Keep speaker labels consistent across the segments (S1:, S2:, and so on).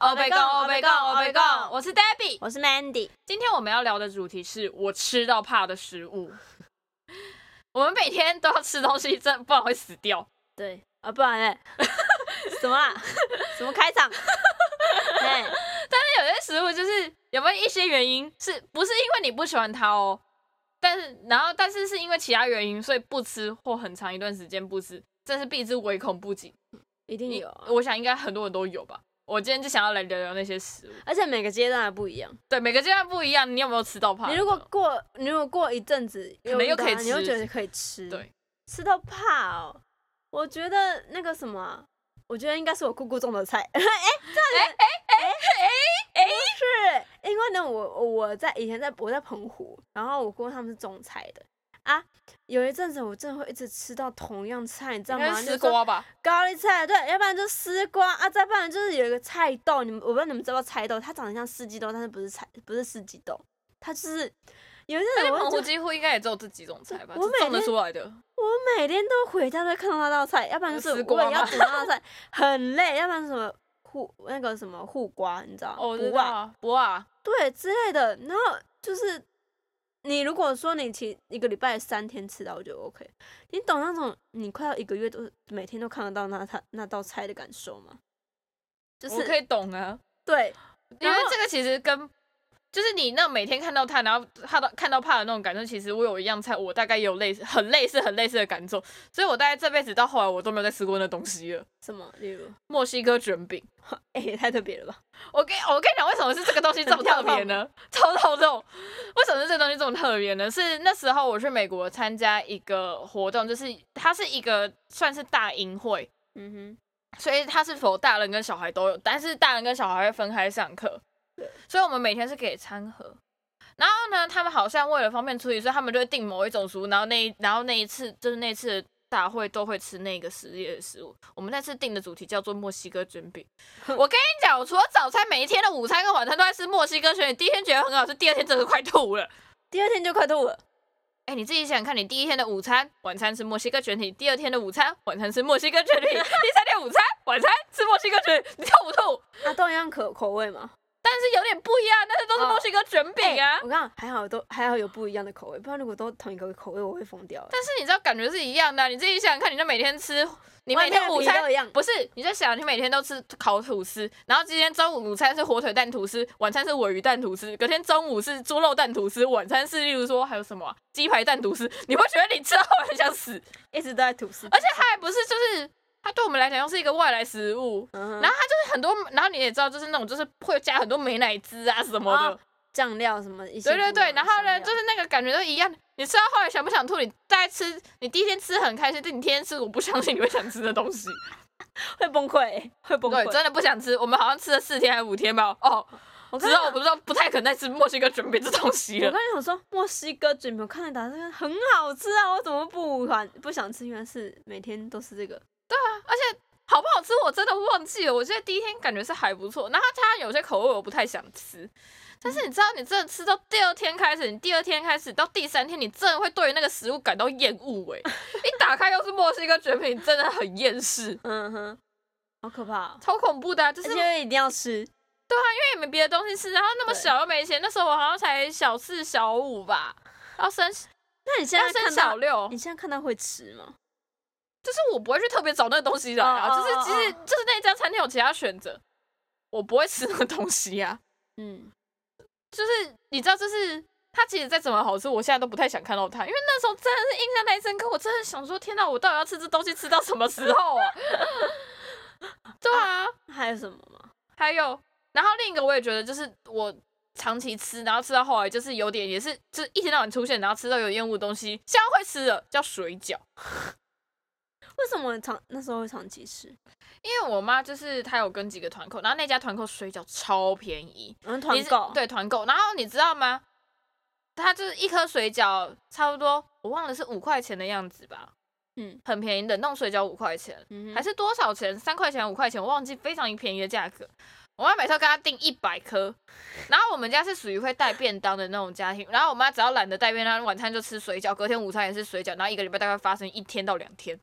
S1: 欧贝贡，欧贝贡，欧贝贡，我是 Debbie。
S2: 我是 Mandy，
S1: 今天我们要聊的主题是我吃到怕的食物。 我们每天都要吃东西，真不然会死掉。
S2: 对啊，不然呢？ 什么啦？ 什么开 场？哎，
S1: 但有些食物就是有没有一些原因，是不是因为你不喜欢它哦？但是然后但是是因为其他原因，所以不吃或很长一段时间不吃，这是避之唯恐不及。
S2: 一定
S1: 你
S2: 有啊，
S1: 我想应该很多人都有吧。我今天就想要来聊聊那些食物，
S2: 而且每个阶段还不一样。
S1: 对每个阶段不一样，你有没有吃到怕的？
S2: 你如果过，你如果过一阵子，
S1: 可能又可以
S2: 遇到你又
S1: 吃
S2: 觉得可以吃，
S1: 对，
S2: 吃到怕哦。我觉得那个什么啊，我觉得应该是我姑姑种的菜。 哎
S1: 哎
S2: 是因为呢，我我在以前在我在澎湖，然后我姑姑他们是种菜的啊。有一阵子我真的会一直吃到同样菜，你知道
S1: 应
S2: 吗
S1: 该？是
S2: 就是
S1: 丝瓜吧？
S2: 高丽菜，对，要不然就丝瓜啊，再不然就是有一个菜豆，你们我不知道你们知不知道菜豆，它长得像四季豆，但是不是菜，不是四季豆，它就是有 一阵
S1: 但
S2: 子
S1: 是
S2: 我
S1: 澎湖
S2: 会觉得
S1: 几乎应该也只有这几种菜吧，
S2: 我
S1: 是种
S2: 每
S1: 得
S2: 天
S1: 出来的。
S2: 我每天都回家都会看到那道菜，要不然就是
S1: 丝
S2: 我
S1: 瓜
S2: 也要
S1: 吗
S2: 煮那道菜，很累，要不然是什么护那个什么护瓜，你知道吗？
S1: 哦，我知
S2: 补
S1: 道
S2: 啊
S1: 啊，不啊，
S2: 对之类的。然后就是你如果说你其一个礼拜三天吃到，我觉得 OK。你懂那种你快要一个月都每天都看得到那菜那道菜的感受吗？就
S1: 我可
S2: 是
S1: 以懂啊，
S2: 对
S1: 因为
S2: 然后
S1: 这个其实跟就是你那每天看到它，然后看到看到怕的那种感受，其实我有一样菜，我大概也有类似很类似很类似的感受，所以我大概这辈子到后来我都没有再吃过那东西了。
S2: 什么？例如，
S1: 墨西哥卷饼，
S2: 哎、也太特别了吧？
S1: 我跟我跟你讲，为什么是这个东西这么特别 呢？超透肉，为什么是这个东西这么特别呢？是那时候我去美国参加一个活动，就是它是一个算是大英会，
S2: 嗯
S1: 所以它是否大人跟小孩都有，但是大人跟小孩会分开上课，所以我们每天是可以餐盒。然后呢，他们好像为了方便处理，所以他们就会订某一种食物，然后那一然后那一次就是那次的大会都会吃那个系列的食物。我们那次定的主题叫做墨西哥卷饼。我跟你讲，我除了早餐，每一天的午餐跟晚餐都在吃墨西哥卷饼。第一天觉得很好吃，第二天真的快吐了。
S2: 哼，第二天就快吐了。
S1: 哎，你自己想想看，你第一天的午餐、晚餐吃墨西哥卷饼，第二天的午餐、晚餐吃墨西哥卷饼，第三天午餐、晚餐吃墨西哥卷饼，你吐不吐？
S2: 啊，都一样口口 味嘛。
S1: 但是有点不一样，但是都是墨西哥卷饼啊。
S2: 哦哎我看还好都还好有不一样的口味，不然如果都同一个口味，我会疯掉。
S1: 但是你知道感觉是一样的啊、你自己想想看，你就每天吃，你每
S2: 外面
S1: 天
S2: 的
S1: 午
S2: 皮
S1: 餐
S2: 都一样
S1: 不是？你在想，你每天都吃烤吐司，然后今天中午午餐是火腿蛋吐司，晚餐是尾鱼蛋吐司，隔天中午是猪肉蛋吐司，晚餐是例如说还有什么啊鸡、排蛋吐司，你会觉得你吃到会很想死，
S2: 一直都在吐司，
S1: 而且它还不是就是它对我们来讲又是一个外来食物。
S2: 嗯
S1: 然
S2: 哼，
S1: 后它就是很多，然后你也知道，就是那种就是会加很多美乃滋啊什么的，
S2: 哦酱料什么一些
S1: 对
S2: 不一
S1: 对
S2: 样的香料。
S1: 对，然后呢，啊就是那个感觉都一样。你吃到后来想不想吐？你大概吃，你第一天吃很开心，但你天天吃，我不相信你会想吃的东西。
S2: 会崩溃，会崩
S1: 对，
S2: 溃。
S1: 真的不想吃。我们好像吃了四天还是五天吧？哦，
S2: 我刚
S1: 之后我不知道不太可能再吃墨西哥卷饼这东西
S2: 我
S1: 了。
S2: 刚才想说，墨西哥卷饼看到打这个很好吃啊，我怎么不敢不想吃？原来是每天都是这个，
S1: 好不好吃我真的忘记了。我记得第一天感觉是还不错，然后它有些口味我不太想吃。但
S2: 嗯
S1: 是你知道，你真的吃到第二天开始，你第二天开始到第三天，你真的会对于那个食物感到厌恶哎、一打开又是墨西哥卷饼，真的很厌世，
S2: 嗯哼，好可怕、哦，
S1: 超恐怖的、啊。就
S2: 而
S1: 是
S2: 且一定要吃，
S1: 也没别的东西吃，然后那么
S2: 对
S1: 小又没钱，那时候我好像才小四小五吧，要升
S2: 那你现
S1: 要
S2: 在
S1: 升
S2: 看
S1: 小
S2: 到，
S1: 六，
S2: 你现在看到会吃吗？
S1: 就是我不会去特别找那个东西的啊，
S2: 哦哦
S1: 就是其实
S2: 哦
S1: 就是那家餐厅有其他选择，我不会吃那个东西啊呀、
S2: 嗯，
S1: 就是你知道，就是它其实再怎么好吃，我现在都不太想看到它，因为那时候真的是印象太深刻，我真的想说，天哪，我到底要吃这东西吃到什么时候啊？ 对啊，
S2: 还有什么吗？
S1: 还有，然后另一个我也觉得就是我长期吃，然后吃到后来就是有点也是，就是一天到晚出现，然后吃到有厌恶的东西，现在会吃的叫水饺，
S2: 为什么长那时候会长期吃？
S1: 因为我妈就是她有跟几个团购，然后那家团购水饺超便宜，
S2: 嗯，
S1: 你
S2: 团
S1: 是
S2: 购，，
S1: 对团购，然后你知道吗？它就是一颗水饺差不多，我忘了是五块钱的样子吧，
S2: 嗯
S1: 很便宜，冷冻水饺五块钱，
S2: 嗯哼，
S1: 还是多少钱？三块钱、五块钱，我忘记，非常便宜的价格。我妈每次都跟她订一百颗，然后我们家是属于会带便当的那种家庭，然后我妈只要懒得带便当，晚餐就吃水饺，隔天午餐也是水饺，然后一个礼拜大概发生一天到两天。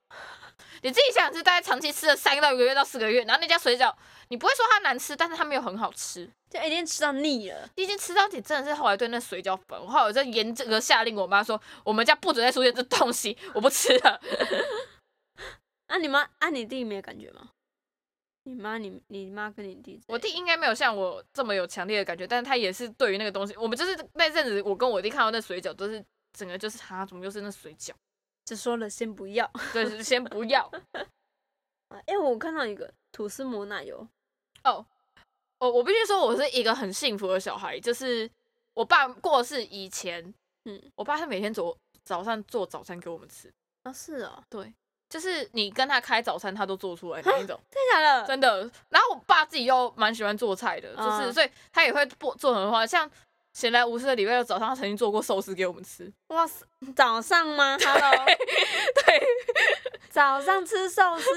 S1: 你自己想想，是大概长期吃了三到一个月到四个月，然后那家水饺，你不会说它难吃，但是它没有很好吃。
S2: 就一定吃到腻了。
S1: 你已经吃到底，真的是后来对那水饺粉，我后来我就严这个下令我妈说，我们家不准再出现这东西，我不吃了。
S2: 啊，你妈啊，你弟没有感觉吗？你妈，你你妈跟你弟之类的，
S1: 我弟应该没有像我这么有强烈的感觉，但是他也是对于那个东西，我们就是那阵子，我跟我弟看到那水饺都是整个就是，哈、怎么又是那水饺？
S2: 只说了先不要。
S1: 对，就是先不要。
S2: 哎、诶我看到一个吐司抹奶油，
S1: 哦我我必须说，我是一个很幸福的小孩，就是我爸过世以前，
S2: 嗯，
S1: 我爸是每天早早上做早餐给我们吃，
S2: 啊是哦，
S1: 就是你跟他开早餐，他都做出来那一种。
S2: 真的假的？
S1: 真的。然后我爸自己又蛮喜欢做菜的，就是、
S2: 嗯
S1: 所以他也会做做很多话，像闲来无事的礼拜六早上，他曾经做过寿司给我们吃。
S2: 哇塞，早上 吗？Hello，
S1: 对，
S2: 早上吃 寿司，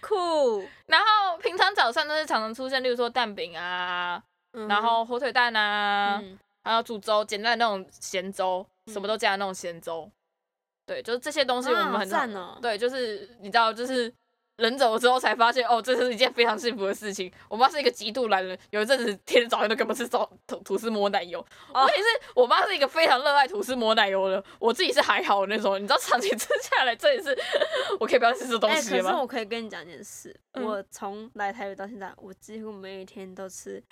S2: 酷。
S1: 然后平常早上都是常常出现，例如说蛋饼啊，
S2: 嗯
S1: 然后火腿蛋啊，
S2: 嗯
S1: 还有煮粥，简单的那种咸粥，什么都加的那种咸粥。对，就是这些东西我
S2: 啊
S1: 们
S2: 好
S1: 很
S2: 赞哦
S1: 对，就是你知道，就是人走了之后才发现，哦，这是一件非常幸福的事情。我妈是一个极度懒人，有一阵子天天早上都根本吃早吐吐司抹奶油。
S2: 哦
S1: 我也是，我妈是一个非常热爱吐司抹奶油的，我自己是还好那种。你知道，长期吃下来，这也是我可以不要吃这东
S2: 哎、
S1: 西
S2: 可
S1: 了
S2: 是
S1: 吗？
S2: 我可以跟你讲一件事，
S1: 嗯
S2: 我从来台北到现在，我几乎每一天都吃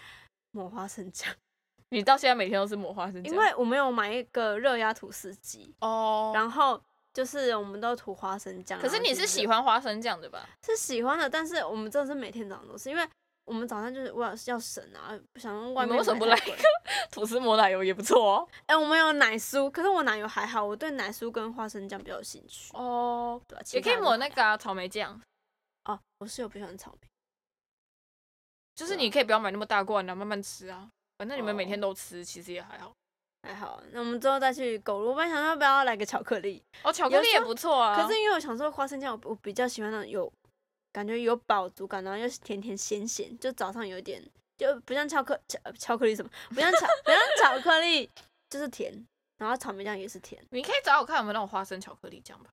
S2: 抹花生酱，
S1: 你到现在每天都是抹花生酱，
S2: 因为我们有买一个热压吐司机，
S1: 哦，
S2: 然后就是我们都涂花生酱。啊
S1: 可是
S2: 然后
S1: 你
S2: 就是
S1: 喜
S2: 热
S1: 欢花生酱的吧？
S2: 是喜欢的，但是我们真的是每天早上都吃，因为我们早上就是为了要省啊，不想用外
S1: 你
S2: 面
S1: 们为什么不
S2: 买
S1: 来
S2: 太贵
S1: 一个吐司抹奶油也不错哦？
S2: 哎、我们有奶酥，可是我奶油还好，我对奶酥跟花生酱比较有兴趣，
S1: 哦，
S2: 对吧、其
S1: 也可以
S2: 他的
S1: 抹
S2: 还
S1: 那
S2: 好
S1: 个、啊、草莓酱，
S2: 哦，我室友不喜欢草莓，
S1: 就是
S2: 对啊
S1: 你可以不要买那么大罐的、慢慢吃啊。反正你们每
S2: 哦
S1: 天都吃，其实也还好。
S2: 还好。啊那我们之后再去狗肉，我本来想要不要来个巧克力，
S1: 哦，巧克力
S2: 有时
S1: 也
S2: 候
S1: 不错啊。
S2: 可是因为我想说花生酱，我我比较喜欢那种有感觉有饱足感，然后又是甜甜咸咸，就早上有一点就不像巧克巧呃巧克力什么，不像巧不像巧克力就是甜，然后草莓酱也是甜，
S1: 你可以找我看有没有那种花生巧克力酱吧。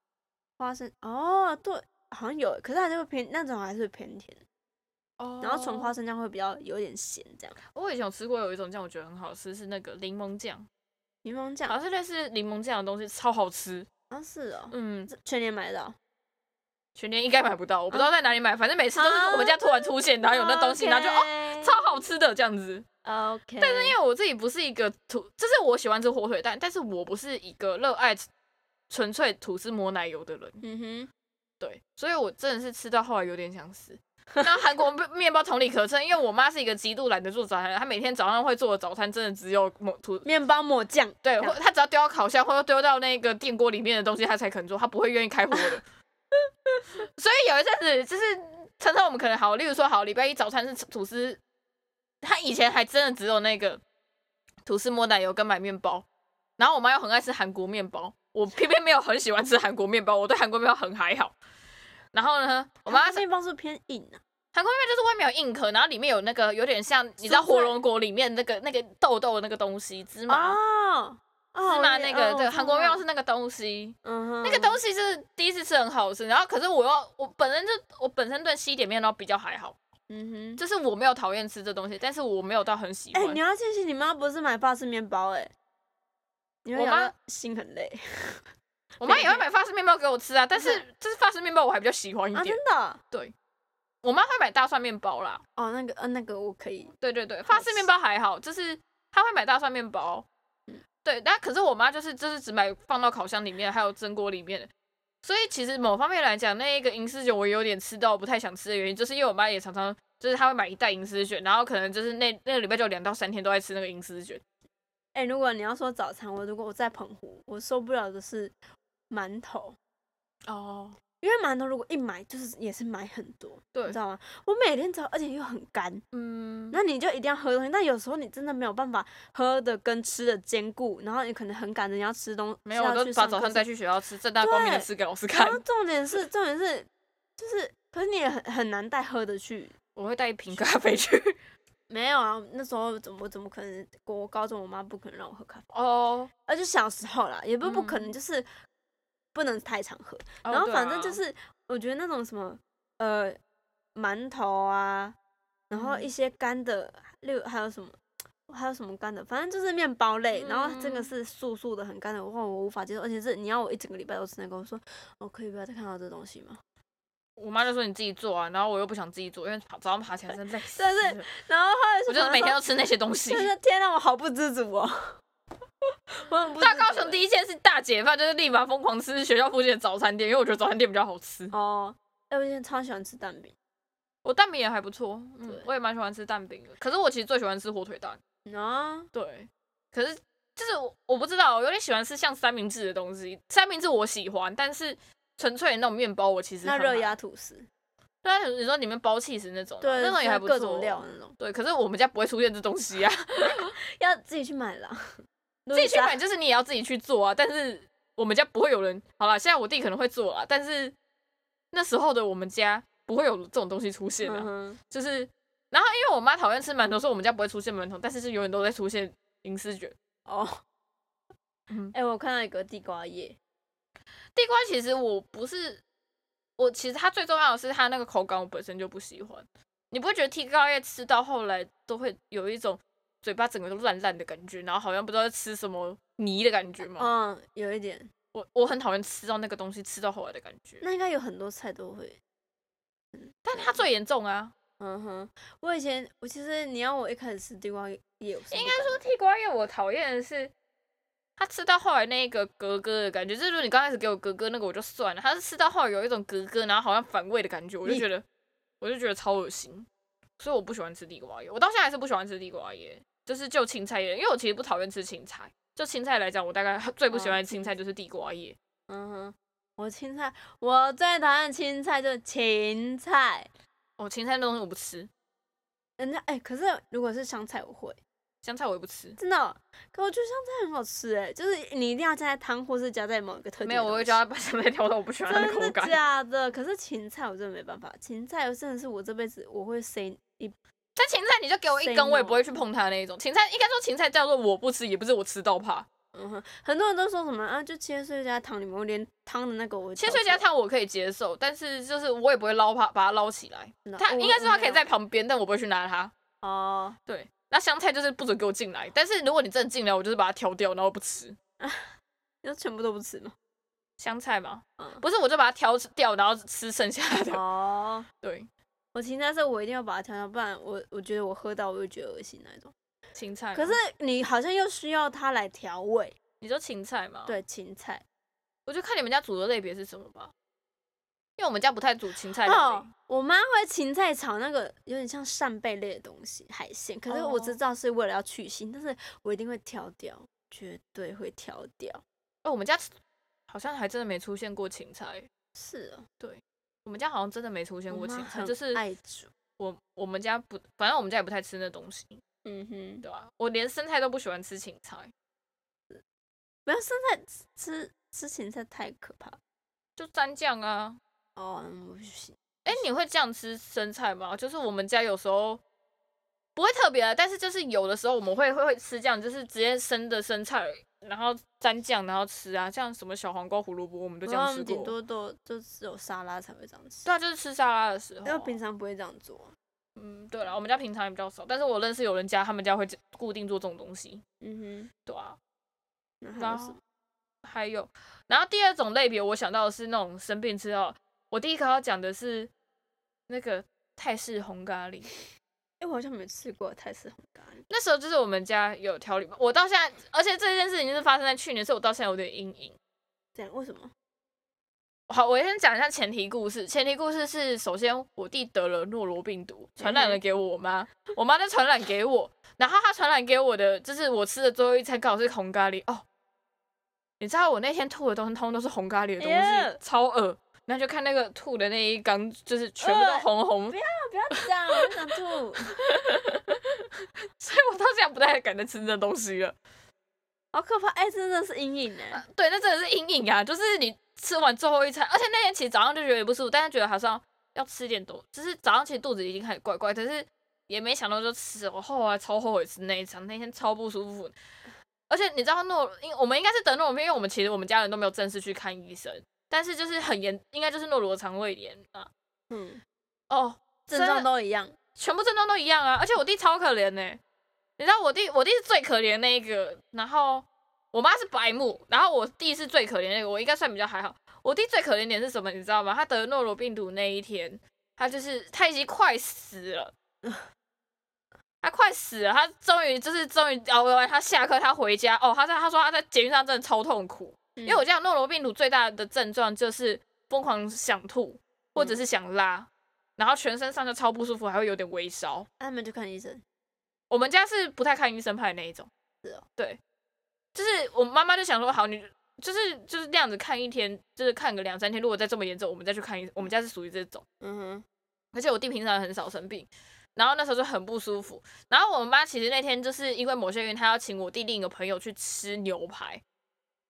S2: 花生哦对，好像有，欸可是还是会偏那种还是会偏甜，
S1: 哦
S2: 然后纯花，生酱会比较有点咸这样。
S1: 我以前有吃过有一种酱，我觉得很好吃，是那个柠檬酱，
S2: 柠檬
S1: 好
S2: 酱
S1: 像是类似柠檬酱的东西，超好吃。
S2: 啊是哦，
S1: 嗯，
S2: 这啊全年买得哦到，
S1: 全年应该买不到，我不知道在哪里买，反正每次都
S2: 啊
S1: 是我们家突然出现，然后有那东西，然后就哦，
S2: 哦
S1: 超好吃的这样子。
S2: OK，但嗯是
S1: 因为我自己不是一个吐，就是我喜欢吃火腿蛋，但是我不是一个热爱纯粹吐司抹奶油的人，
S2: 嗯哼，
S1: 对，所以我真的是吃到后来有点想死。那韩国面 面包同理可证，因为我妈是一个极度懒得做早餐的人，她每天早上会做的早餐真的只有抹吐，
S2: 面包抹酱
S1: 对，
S2: 这样
S1: 或她只要丢到烤箱或者丢到那个电锅里面的东西，她才肯做，她不会愿意开火 的。所以有一阵子，就是常常我们可能好，例如说好，礼拜一早餐是吃吐司，她以前还真的只有那个吐司抹奶油跟买面包，然后我妈又很爱吃韩国面包，我偏偏没有很喜欢吃韩国面包，我对韩国面包很还好。然后呢，我妈
S2: 它啊面包是不是偏硬啊，
S1: 韩国面包就是外面有硬壳，然后里面有那个有点像你知道
S2: 酥脆
S1: 火龙果里面那个那个豆豆的那个东西，芝麻、
S2: 哦，哦
S1: 芝麻那个、对，韩国面包，
S2: 我知道
S1: 是那个东西，
S2: 嗯哼，
S1: 那个东西就是第一次吃很好吃，然后可是我要我本身就我本身对西点面包比较还好，
S2: 嗯哼，
S1: 就是我没有讨厌吃这东西，但是我没有到很喜
S2: 哎、
S1: 欢。
S2: 你要庆幸你妈不是买法式面包哎、你会
S1: 我
S2: 觉
S1: 妈
S2: 得心很累
S1: 我 妈也会买法式面包给我吃啊，但是就是法式面包我还比较喜欢一
S2: 啊，
S1: 点
S2: 真。的哦
S1: 我妈会买大蒜面包啦，
S2: 哦，那个呃那个我可以，
S1: 对对对，法式面包还好，就是她会买大蒜面包
S2: 嗯。
S1: 对，但可是我妈就是就是只买放到烤箱里面，还有蒸锅里面的。所以其实某方面来讲，那一个银丝卷我有点吃到不太想吃的原因，就是因为我妈也常常就是她会买一袋银丝卷，然后可能就是那那个礼拜就有两到三天都在吃那个银丝卷。
S2: 哎、如果你要说早餐，我如果我在澎湖，我受不了的是馒头，
S1: 哦，
S2: 因为馒头如果一买就是也是买很多，
S1: 对
S2: 你知道吗？我每天早，而且又很干，
S1: 嗯，
S2: 那你就一定要喝东西。但有时候你真的没有办法喝的跟吃的兼顾，然后你可能很赶着你要吃东，
S1: 没有，
S2: 是
S1: 我
S2: 要
S1: 都
S2: 去
S1: 把
S2: 上
S1: 早
S2: 课
S1: 餐带去学校吃，正大光明的
S2: 对
S1: 吃给老师
S2: 然
S1: 看
S2: 后。重点是，重点是，就是，可是你也很很难带喝的去。
S1: 我会带一 瓶咖啡去。
S2: 没有啊，那时候怎么我怎么可能？我高中我妈不可能让我喝咖啡，啊
S1: 哦，
S2: 而且小时候啦，也不是不可能，
S1: 嗯
S2: 就是不能太常喝。
S1: 哦
S2: 然后
S1: 对
S2: 反正
S1: 啊
S2: 就是，我觉得那种什么呃馒头啊，然后
S1: 嗯
S2: 一些干的，例如还有什么。还有什么干的？反正就是面包类，然后这
S1: 嗯嗯
S2: 个
S1: 嗯
S2: 是素素的，很干的，哇，我无法接受。而且是你要我一整个礼拜都吃那个，我说我可以不要再看到这东西吗？
S1: 我妈就说你自己做啊，然后我又不想自己做，因为早上爬起来真的 累死
S2: 但是
S1: 了。
S2: 然后后来
S1: 我就是
S2: 想
S1: 每天
S2: 说
S1: 都吃那些东西
S2: 就。是天哪，我好不知足哦， 我很不 知
S1: 大
S2: 足
S1: 高雄
S2: 欸
S1: 第一件事大解放就是立马疯狂吃学校附近的早餐店，因为我觉得早餐店比较好吃。
S2: 哦，哎，我以前超喜欢吃蛋饼，
S1: 我蛋饼也还不错，嗯
S2: 对，
S1: 我也蛮喜欢吃蛋饼的。可是我其实最喜欢吃火腿蛋，
S2: 啊，
S1: 对。可是就是我我不知道，我有点喜欢吃像三明治的东西。三明治我喜欢，但是纯粹的那种面包我其实
S2: 那
S1: 很
S2: 热
S1: 懒，
S2: 压吐司，
S1: 对啊，你说里面包气死那种啊，
S2: 对，
S1: 那种也
S2: 就
S1: 还
S2: 是
S1: 不错。
S2: 各种料那种，
S1: 对，可是我们家不会出现这东西啊，
S2: 要自己去买啦，自
S1: 自己去买就是你也要自己去做啊。但是我们家不会有人，好啦，现在我弟可能会做啦，但是那时候的我们家不会有这种东西出现啊，
S2: 嗯哼
S1: 就是。然后因为我妈讨厌吃馒头，所以我们家不会出现馒头，但是是永远都在出现银丝卷。
S2: 哦，
S1: 嗯
S2: 哎，我看到一个地瓜叶，
S1: 地瓜其实我不是，我其实它最重要的是它那个口感我本身就不喜欢。你不会觉得地瓜叶吃到后来都会有一种嘴巴整个都烂烂的感觉，然后好像不知道在吃什么泥的感觉吗？
S2: 嗯，有一点，
S1: 我我很讨厌吃到那个东西吃到后来的感觉。
S2: 那应该有很多菜都会，
S1: 但它最严重啊，
S2: 嗯哼，我以前我其实你要我一开始吃地瓜叶，应
S1: 应该说地瓜叶我讨厌的是，它吃到后来那个格格的感觉，就是如果你刚开始给我格格那个我就算了，它是吃到后来有一种格格，然后好像反胃的感觉，我就觉得我就觉得超恶心，所以我不喜欢吃地瓜叶，我到现在还是不喜欢吃地瓜叶，就是就青菜叶，因为我其实不讨厌吃青菜，就青菜来讲，我大概 最不喜欢的哦青菜就是地瓜叶，
S2: 嗯哼，我青菜，我最讨厌青菜就是芹菜，
S1: 哦，青菜那东西我不吃，
S2: 人家哎，可是如果是香菜我会。
S1: 香菜我也不吃，
S2: 真的哦、可我觉得香菜很好吃哎，就是你一定要加在汤或是加在某一个特定
S1: 没
S2: 的
S1: 有，我
S2: 东
S1: 会
S2: 西
S1: 叫它把 香菜挑到我不喜欢它的
S2: 真
S1: 口
S2: 的
S1: 感。
S2: 假的？可是芹菜我真的没办法，芹菜真的是我这辈子我会 say 一
S1: 但芹菜你就给我一
S2: Say
S1: 根，我也
S2: no
S1: 不会去碰它的那一种。芹菜应该说芹菜叫做我不吃，也不是我吃到怕。
S2: 嗯哼，很多人都说什么啊，就切碎加汤里面，我连汤的那个我
S1: 切碎加汤我可以接受，但是就是我也不会捞它，把它捞起来。它
S2: 它
S1: 应该是它可以在旁边，但我不会去拿它。
S2: 哦，
S1: 对，那香菜就是不准给我进来。但是如果你真的进来，我就是把它挑掉，然后不吃
S2: 就全部都不吃嘛。
S1: 香菜嘛。
S2: 嗯，
S1: 不是，我就把它挑掉，然后吃剩下的。
S2: 哦，
S1: 对，
S2: 我芹菜是我一定要把它挑掉，不然我我觉得我喝到我就觉得恶心那一种。
S1: 芹菜嘛。
S2: 可是你好像又需要它来调味，
S1: 你说芹菜嘛？，
S2: 对芹菜
S1: 我就看你们家煮的类别是什么吧。因为我们家不太煮芹菜料
S2: 哦
S1: 理，，
S2: 我妈会芹菜炒那个有点像扇贝类的东西，海鲜。可是我
S1: 哦
S2: 知道是为了要去腥，但是我一定会挑掉，绝对会挑掉。
S1: 哦，我们家好像还真的没出现过芹菜。
S2: 是哦，
S1: 我们家好像真的没出现过
S2: 妈
S1: 芹菜，
S2: 很
S1: 就是
S2: 爱煮。
S1: 我我们家不，反正我们家也不太吃那东西，
S2: 嗯哼，
S1: 对吧、我连生菜都不喜欢吃芹菜，
S2: 不要生菜吃吃芹菜太可怕了
S1: 就蘸酱啊。
S2: 哦，嗯我不行。
S1: 哎、你会这样吃生菜吗？就是我们家有时候不会特别啊，但是就是有的时候我们会会会吃这样，就是直接生的生菜，然后蘸酱然后吃啊，像什么小黄瓜、胡萝卜，我们都这
S2: 然后
S1: 样
S2: 我
S1: 吃
S2: 们嗯顶
S1: 过。
S2: 多都就只有沙拉才会这样吃
S1: 对，啊，就是吃沙拉的时候
S2: 因为
S1: 啊。
S2: 平常不会这样做。
S1: 嗯，对了，我们家平常也比较少，但是我认识有人家，他们家会固定做这种东西，
S2: 嗯
S1: 对啊。
S2: 哼，
S1: 然
S2: 然后还有什
S1: 后
S2: 么
S1: 还有，然后第二种类别，我想到的是那种生病吃到。我第一个要讲的是那个泰式红咖喱，
S2: 哎，我好像没吃过泰式红咖喱。
S1: 那时候就是我们家有调理包，我到现在，而且这件事情就是发生在去年，所以我到现在有点阴影。
S2: 这样 为什
S1: 啊
S2: 么？
S1: 好，我先讲一下前提故事。前提故事是，首先我弟得了诺罗病毒，传染了给我妈，我妈再传染给我，然后她传染给我的就是我吃的最后一餐刚好是红咖喱哦。你知道我那天吐的东西，通通都是红咖喱的东西，
S2: 哎呀
S1: 超恶。然后就看那个吐的那一缸，就是全部都红红，
S2: 不要这样，我想吐。
S1: 所以我到现在不太敢再吃那东西了。
S2: 好可怕！哎、真的是阴影 哎、
S1: 对，那真的是阴影啊！就是你吃完最后一餐，而且那天其实早上就觉得也不舒服，但是觉得好像要吃点东，就是早上其实肚子已经开始怪怪，可是也没想到就吃了，我后来超后悔吃那一餐，那天超不舒服。而且你知道诺，因我们应该是得诺如病，因为我们其实我们家人都没有正式去看医生，但是就是很严，应该就是诺如的肠胃炎啊。
S2: 嗯，
S1: 哦，
S2: 症状都一样，
S1: 全部症状都一样啊！而且我弟超可怜呢、你知道我弟，我弟是最可怜那一个，然后我妈是白目，然后我弟是最可怜那个，我应该算比较还好。我弟最可怜点是什么，你知道吗？他得诺如病毒那一天，他就是他已经快死了，他快死了，他终于就是终于熬完他下课，他回家哦，他在他说他在捷运上真的超痛苦，
S2: 因
S1: 因为我这样诺如病毒最大的症状就是疯狂想吐或
S2: 嗯
S1: 者是想拉，然后全身上下超不舒服，还会有点微烧。
S2: 他们去看医生，
S1: 我们家是不太看医生派的那一种，
S2: 是哦，
S1: 对，就是我妈妈就想说，好，你就是就是那样子看一天，就是看个两三天，如果再这么严重，我们再去看医。我们家是属于这种，
S2: 嗯哼，
S1: 而且我弟平常很少生病，然后那时候就很不舒服。然后我妈其实那天就是因为某些原因，她要请我弟另一个朋友去吃牛排，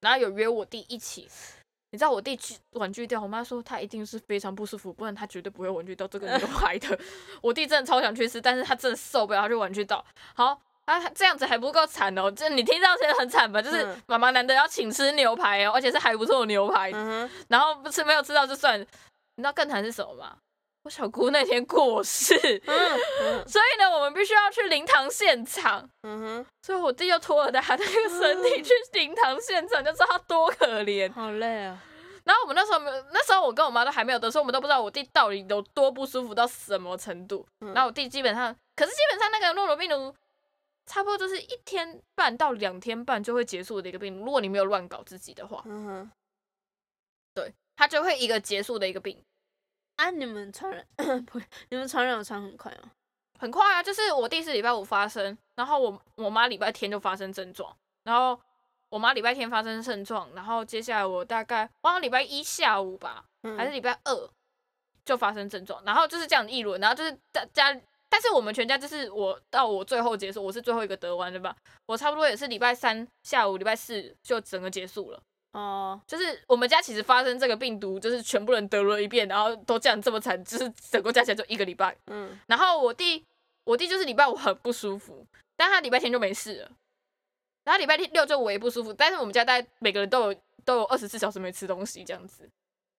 S1: 然后有约我弟一起。你知道我弟去婉拒掉，我妈说他一定是非常不舒服，不然他绝对不会婉拒到这个牛排的。 我弟真的超想去吃，但是他真的受不了，他就婉拒到。好，啊，这样子还不够惨哦，这你听到觉得很惨吧？就是
S2: 嗯
S1: 妈妈难得要请吃牛排哦，而且是还不错的牛排，
S2: 嗯哼，
S1: 然后不吃没有吃到就算了。你知道更惨是什么吗？我小姑那天过世，
S2: 嗯哼，
S1: 所以呢，我们必须要去灵堂现场。
S2: 嗯
S1: 所以我弟就拖着他那个身体去灵堂现场，就知道他多可怜
S2: 哼，。 好累啊，
S1: 然后我们那时候没有，那时候我跟我妈都还没有得，所以我们都不知道我弟到底有多不舒服到什么程度。
S2: 嗯
S1: 然后我弟基本上，可是基本上那个诺如病毒，差不多就是一天半到两天半就会结束的一个病毒，如果你没有乱搞自己的话，
S2: 嗯哼，
S1: 它就会一个结束的一个病。
S2: 啊，你们传染 不？你们传染有传很快吗？
S1: 很快啊，就是我弟是礼拜五发生，然后我我妈礼拜天就发生症状，然后我妈礼拜天发生症状，然后接下来我大概我好像礼拜一下午吧，
S2: 嗯
S1: 还是礼拜二就发生症状，然后就是这样一轮，然后就是大家，但是我们全家就是我到我最后结束，我是最后一个得完的吧，我差不多也是礼拜三下午，礼拜四就整个结束了。
S2: 哦，
S1: 就是我们家其实发生这个病毒，就是全部人得了一遍，然后都这样这么惨，就是整个加起来就一个礼拜。
S2: 嗯，
S1: 然后我弟，我弟就是礼拜五很不舒服，但他礼拜天就没事了。然后礼拜天六就我也不舒服，但是我们家大概每个人都有都有二十四小时没吃东西这样子。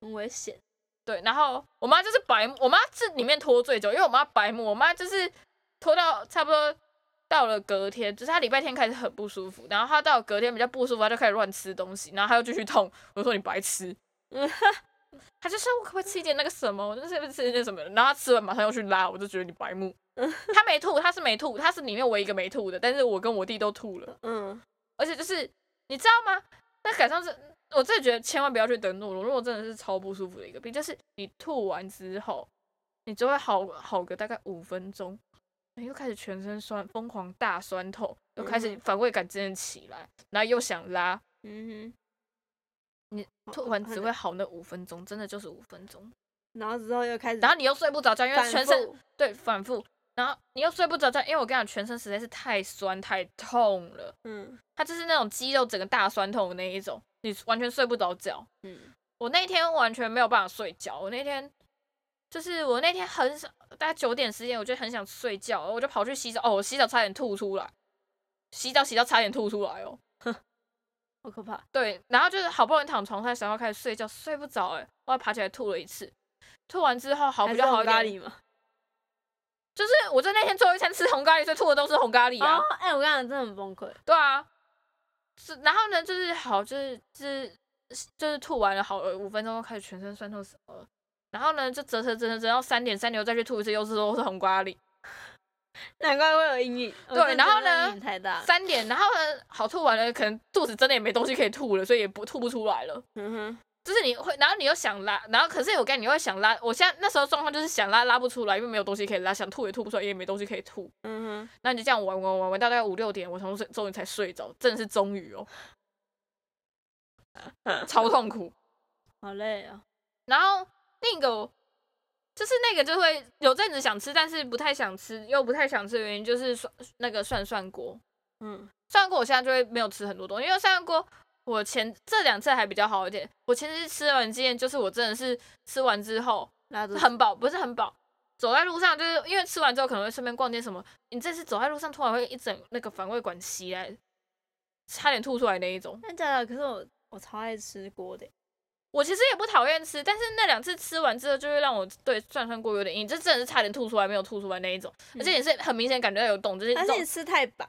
S2: 很危险，
S1: 对，然后我妈就是白目，我妈是里面拖最久，因为我妈白目，我妈就是拖到差不多到了隔天，就是她礼拜天开始很不舒服，然后她到隔天比较不舒服，她就开始乱吃东西，然后她又继续痛，我就说你白吃，她就说我可不可以吃一点那个什么，我就是不是吃一点什么，然后她吃完马上又去拉，我就觉得你白目，她没吐，她是没吐，她是里面唯一一个没吐的，但是我跟我弟都吐了。
S2: 嗯，
S1: 而且就是你知道吗？那改上是，我真的觉得千万不要去得诺如，诺如真的是超不舒服的一个病，就是你吐完之后，你就会好好个大概五分钟，你又开始全身酸，疯狂大酸痛，又开始
S2: 嗯
S1: 反胃感真的起来，然后又想拉，
S2: 嗯
S1: 你
S2: 哼，
S1: 吐完只会好那五分钟，真的就是五分钟，
S2: 哦然后之后又开始，
S1: 然后你又睡不着觉，因为
S2: 反
S1: 全身
S2: 复
S1: 对反复，然后你又睡不着觉，因为我跟你讲，全身实在是太酸太痛了。
S2: 嗯
S1: 它就是那种肌肉整个大酸痛的那一种，你完全睡不着觉。
S2: 嗯
S1: 我那天完全没有办法睡觉，我那天就是我那天很少，大概九点十点，我就很想睡觉，我就跑去洗澡，哦，我洗澡差点吐出来，洗澡洗到差点吐出来哦。
S2: 好可怕，
S1: 对，然后就是好不容易躺床上想要开始睡觉，睡不着哎、我还爬起来吐了一次，吐完之后好比
S2: 还
S1: 较
S2: 是
S1: 好
S2: 红
S1: 一
S2: 咖
S1: 点，
S2: 喱嘛，
S1: 就是我在那天最后一餐吃红咖喱，所以吐的都是红咖喱啊。
S2: 哦，哎，我跟你讲，真的很崩溃，
S1: 对啊，是然后呢，就是好，就是就是就是吐完了好了五分钟，又开始全身酸痛死了。然后呢，就折腾折腾折腾到三点，三点又再去吐一次，又是都是红瓜里。
S2: 难怪会有阴影，我
S1: 对
S2: 真的
S1: 然后
S2: 觉得
S1: 呢
S2: 阴影太大，
S1: 三点，啊然后呢，好吐完了，可能肚子真的也没东西可以吐了，所以也不吐不出来了。
S2: 嗯哼，
S1: 就是你会，然后你又想拉，然后可是我跟你会想拉，我现在那时候状况就是想拉拉不出来，因为没有东西可以拉，想吐也吐不出来，也没东西可以吐。
S2: 嗯哼，
S1: 那你就这样玩玩玩玩到大概五六点，我从终于才睡着，真的是终于哦，超痛苦。
S2: 好累啊，
S1: 然后那个就是那个就会有阵子想吃，但是不太想吃，又不太想吃的原因就是涮那个涮涮锅。
S2: 嗯
S1: 涮锅我现在就会没有吃很多东西，因为涮锅我前这两次还比较好一点。我前次吃完经验就是我真的是吃完之后
S2: 拉肚子，
S1: 很饱，不是很饱。走在路上，就是因为吃完之后可能会顺便逛街什么。你这次走在路上，突然会一整那个反胃管袭来，差点吐出来那一种。
S2: 真的假的？可是我我超爱吃锅的，
S1: 我其实也不讨厌吃，但是那两次吃完之后，就会让我对涮涮锅有点阴影，这真的是差点吐出来没有吐出来那一种，而且也是很明显感觉到有动，就是这
S2: 还嗯是你
S1: 种，
S2: 吃太饱？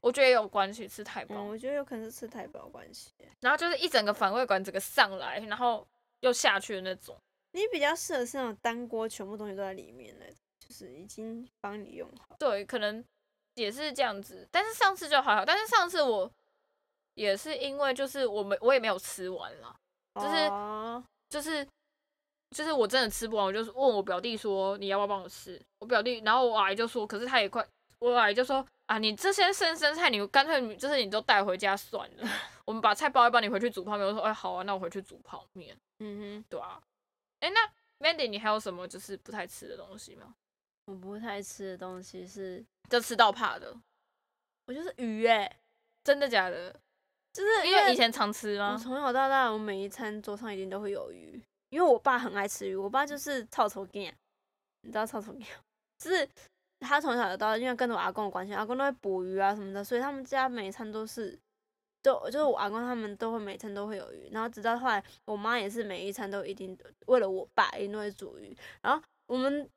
S1: 我觉得也有关系，吃太饱，
S2: 嗯，我觉得有可能是吃太饱的关系。
S1: 然后就是一整个反胃感整个上来，然后又下去的那种。
S2: 你比较适合是那种单锅，全部东西都在里面的，就是已经帮你用好。
S1: 对，可能也是这样子，但是上次就还好，但是上次我也是因为就是我没我也没有吃完啦，就是
S2: 哦
S1: 就是就是我真的吃不完，我就是问我表弟说你要不要帮我吃，我表弟，然后我阿姨就说，可是他也快，我阿姨就说啊，你这些生生菜你干脆你就是你都带回家算了， 我们把菜包一包，你回去煮泡面。我说哎好啊，那我回去煮泡面，
S2: 嗯
S1: 对啊，哎那 Mandy 你还有什么就是不太吃的东西吗？
S2: 哼，我不太吃的东西是，
S1: 就吃到怕的，
S2: 我就是鱼哎、
S1: 真的假的？
S2: 就是
S1: 因为以前常吃
S2: 我
S1: 吗？
S2: 从小到大，我每一餐桌上一定都会有鱼，因为我爸很爱吃鱼，我爸就是臭臭干，你知道臭臭干，就是他从小到大，因为跟着我阿公的关系，阿公都会捕鱼啊什么的，所以他们家每一餐都是，都就是我阿公他们都会每餐都会有鱼，然后直到后来我妈也是每一餐都一定为了我爸一定都会煮鱼，然后我们。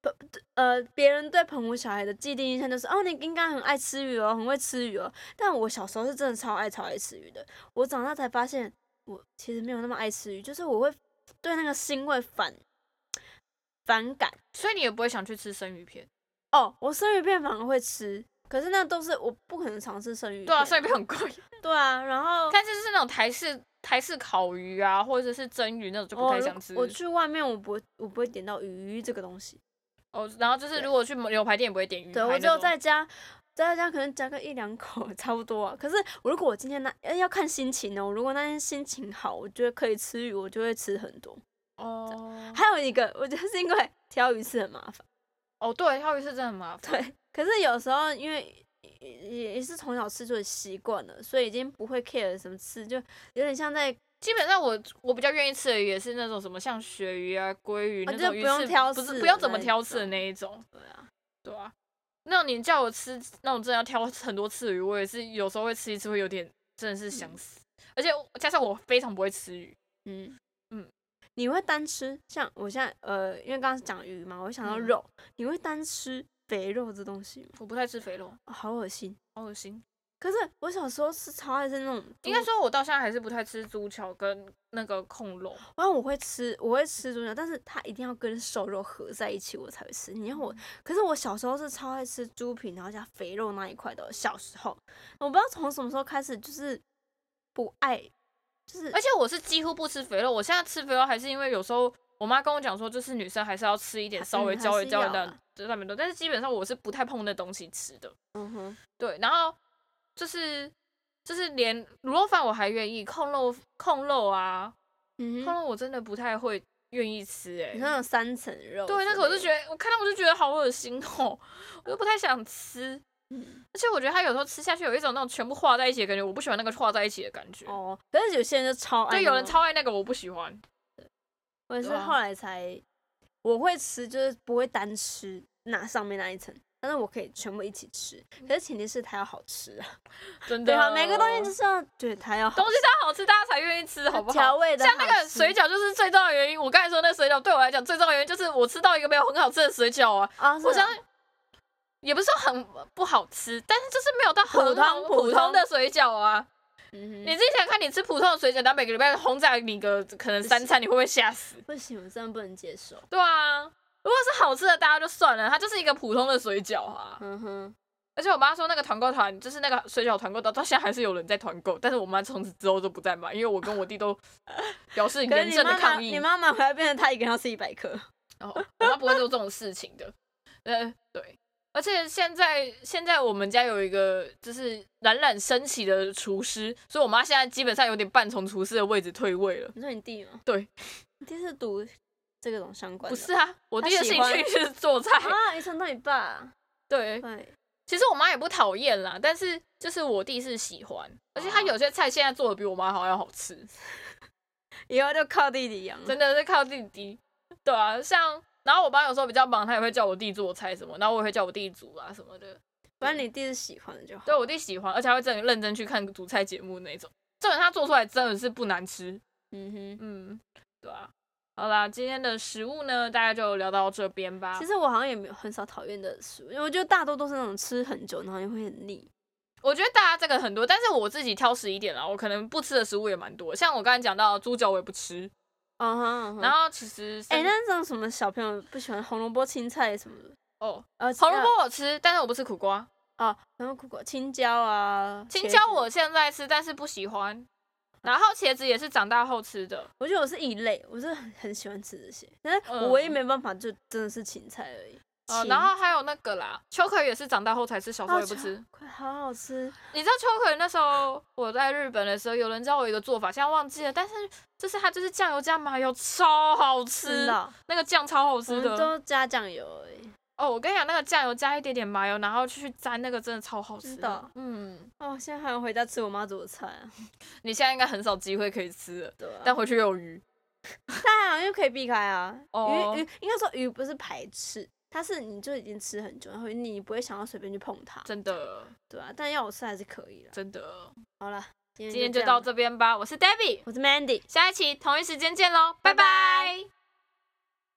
S2: 不呃，别人对澎湖小孩的既定印象就是，哦，你应该很爱吃鱼哦，很会吃鱼哦。但我小时候是真的超爱超爱吃鱼的，我长大才发现，我其实没有那么爱吃鱼，就是我会对那个腥味反反感。
S1: 所以你也不会想去吃生鱼片？
S2: 哦，我生鱼片反而会吃，可是那都是我不可能尝试生鱼片。
S1: 对啊，生鱼片很贵，
S2: 对啊，然后
S1: 但是是那种台式台式烤鱼啊，或者是蒸鱼那种就不
S2: 哦
S1: 太
S2: 如
S1: 想吃。
S2: 我去外面，我不会我不会点到鱼这个东西，
S1: 哦，然后就是
S2: 对
S1: 如果去牛排店也不会点鱼排
S2: 对
S1: 那种，
S2: 我只有在家。在家可能夹个一两口 差不多啊，可是我如果我今天那呃要看心情哦，我如果那天心情好，我觉得可以吃鱼，我就会吃很多。
S1: 哦
S2: 还有一个，我觉得是因为挑鱼是很麻烦。
S1: 哦对，跳鱼是真的很麻烦。
S2: 对，可是有时候因为也也也是从小吃就很习惯了，所以已经不会 care 什么吃，就有点像在
S1: 基本上我我比较愿意吃的鱼也是那种什么像鳕鱼啊、鲑鱼那
S2: 哦就
S1: 种
S2: 不
S1: 鱼
S2: 用
S1: 翅，
S2: 挑
S1: 不是
S2: 刺
S1: 不用
S2: 的
S1: 怎么
S2: 那一
S1: 挑刺的
S2: 种
S1: 那一种，
S2: 对啊，
S1: 对啊。那种你叫我吃那种真的要挑很多次的鱼，我也是有时候会吃一次会有点真的是想死，而且加上我非常不会吃鱼，
S2: 嗯
S1: 嗯
S2: 嗯，你会单吃？像我现在呃，因为刚刚讲鱼嘛，我想到
S1: 嗯
S2: 肉，你会单吃肥肉这东西吗？
S1: 我不太吃肥肉，
S2: 哦好恶心。
S1: 好恶心。
S2: 可是我小时候是超爱吃那种，
S1: 应该，说，我到现在还是不太吃猪脚跟那个控肉。
S2: 然后我会吃，我会吃猪脚，但是它一定要跟瘦肉合在一起，我才会吃。你要我
S1: 嗯
S2: 可是我小时候是超爱吃猪皮，然后加肥肉那一块的。小时候，我不知道从什么时候开始就是不爱，就是
S1: 而且我是几乎不吃肥肉，我现在吃肥肉还是因为有时候我妈跟我讲说，就是女生还是要吃一点
S2: 还
S1: 稍微
S2: 嗯还
S1: 焦一
S2: 是
S1: 焦
S2: 要
S1: 的
S2: 啦
S1: 就是上面多，但是基本上我是不太碰那东西吃的。
S2: 嗯哼，
S1: 对，然后就是就是连卤肉饭我还愿意，控肉控肉啊，
S2: 嗯
S1: 控
S2: 哼，
S1: 肉我真的不太会愿意吃哎、
S2: 你那种三层肉之类的，
S1: 对，那个我就觉得，我看到我就觉得好恶心哦， 我就不太想吃。
S2: 嗯
S1: 而且我觉得它有时候吃下去有一种那种全部化在一起的感觉，我不喜欢那个化在一起的感觉。
S2: 哦，可是有些人就超爱，
S1: 对，有人，超爱那个，我不喜欢。
S2: 我也是
S1: 对啊
S2: 后来才我会吃，就是不会单吃那上面那一层。但是我可以全部一起吃，可是前提是它要好吃啊。
S1: 真的，
S2: 对啊，每个东西就是是要对它要好
S1: 东西它好吃，大家才愿意吃，好不
S2: 调
S1: 好？
S2: 味的
S1: 像那啊个水饺就是最重要的原因。我刚才说那水饺对我来讲最重要的原因就是我吃到一个没有很好吃的水饺啊，
S2: 啊，
S1: 我
S2: 是啊
S1: 相信。也不是说很不好吃，但是就是没有到很
S2: 普通
S1: 好
S2: 普通
S1: 普通的水饺啊。
S2: 嗯哼
S1: 你自己想看，你吃普通的水饺，然后每个礼拜轰炸你个可能三餐，你会不会吓死？
S2: 不行，我真的不能接受。
S1: 对啊，如果是好吃的，大家就算了，它就是一个普通的水饺啊。
S2: 嗯哼，
S1: 而且我妈说那个团购团，就是那个水饺团购到到现在还是有人在团购，但是我妈从此之后就不再买，因为我跟我弟 都表示
S2: 可是
S1: 严
S2: 你
S1: 正的
S2: 妈妈，
S1: 抗议。
S2: 你妈妈回来变成她一个人要吃一百克，
S1: 然后我妈不会做这种事情的。呃，对。而且现在现在我们家有一个就是冉冉升起的厨师，所以我妈现在基本上有点半从厨师的位置退位了。
S2: 你说你弟吗？
S1: 对，
S2: 你弟是读这个种相关
S1: 不
S2: 的，
S1: 是啊，我弟的
S2: 她喜
S1: 兴
S2: 欢
S1: 趣是做菜。
S2: 啊？遗传到你爸，
S1: 对，
S2: 对，
S1: 其实我妈也不讨厌啦，但是就是我弟是喜欢，而且他
S2: 哦
S1: 有些菜现在做的比我妈好像好 吃。
S2: 以后就靠弟弟养。
S1: 真的是靠弟弟。对啊，像然后我爸有时候比较忙，他也会叫我弟做菜什么，然后我也会叫我弟煮啊什么的。
S2: 反正你弟是喜欢的就好。
S1: 对我弟喜欢，而且他会真的认真去看煮菜节目那种。重点他做出来真的是不难吃，
S2: 嗯哼。
S1: 嗯，对啊。好啦，今天的食物呢，大概就聊到这边吧
S2: 其。实我好像也没有很少讨厌的食物，因为我觉得大多都是那种吃很久然后也会很腻。
S1: 我觉得大家这个很多，但是我自己挑食一点啦，我可能不吃的食物也蛮多，像我刚才讲到猪脚我也不吃，
S2: 嗯哼嗯哼
S1: 然后其实
S2: 哎、
S1: 生
S2: 那种什么小朋友不喜欢红萝卜、青菜什么的，
S1: 哦，
S2: 呃，
S1: 红萝卜我吃，但是我不吃苦瓜，
S2: 呃哦，然后苦瓜、青椒啊，
S1: 青
S2: 茄
S1: 椒
S2: 子
S1: 我现在吃，但是不喜欢。然后茄子也是长大后吃的，
S2: 我觉得我是异类，我是很很喜欢吃这些，但是我
S1: 嗯
S2: 唯一没办法就真的是芹菜而已。
S1: 呃，
S2: 芹
S1: 然后还有那个啦，秋葵也是长大后才吃，小时候也不吃。
S2: 快好好吃，
S1: 你知道秋葵那时候我在日本的时候，有人教我一个做法，现在忘记了，但是就是它就是酱油加麻油，超好吃，
S2: 的，
S1: 那个酱超好
S2: 我
S1: 吃
S2: 们
S1: 的。
S2: 都加酱油而已。
S1: 哦，我跟你讲，那个酱油加一点点麻油，然后去沾那个，真的超好吃
S2: 真的
S1: 嗯，
S2: 哦，现在还想回家吃我妈煮的菜啊，
S1: 你现在应该很少机会可以吃了，
S2: 对啊，
S1: 但回去又有鱼。
S2: 但好像又可以避开啊。
S1: 哦
S2: 鱼鱼应该说鱼不是排斥，它是你就已经吃很久，然后你不会想要随便去碰它，
S1: 真的，
S2: 对啊。但要我吃还是可以啦。
S1: 真的，
S2: 好了，今
S1: 今天
S2: 天
S1: 就
S2: 就
S1: 到
S2: 这样，
S1: 这边吧。我是 Debbie，
S2: 我是 Mandy。
S1: 下一期同一时间见喽，拜
S2: 拜拜
S1: 拜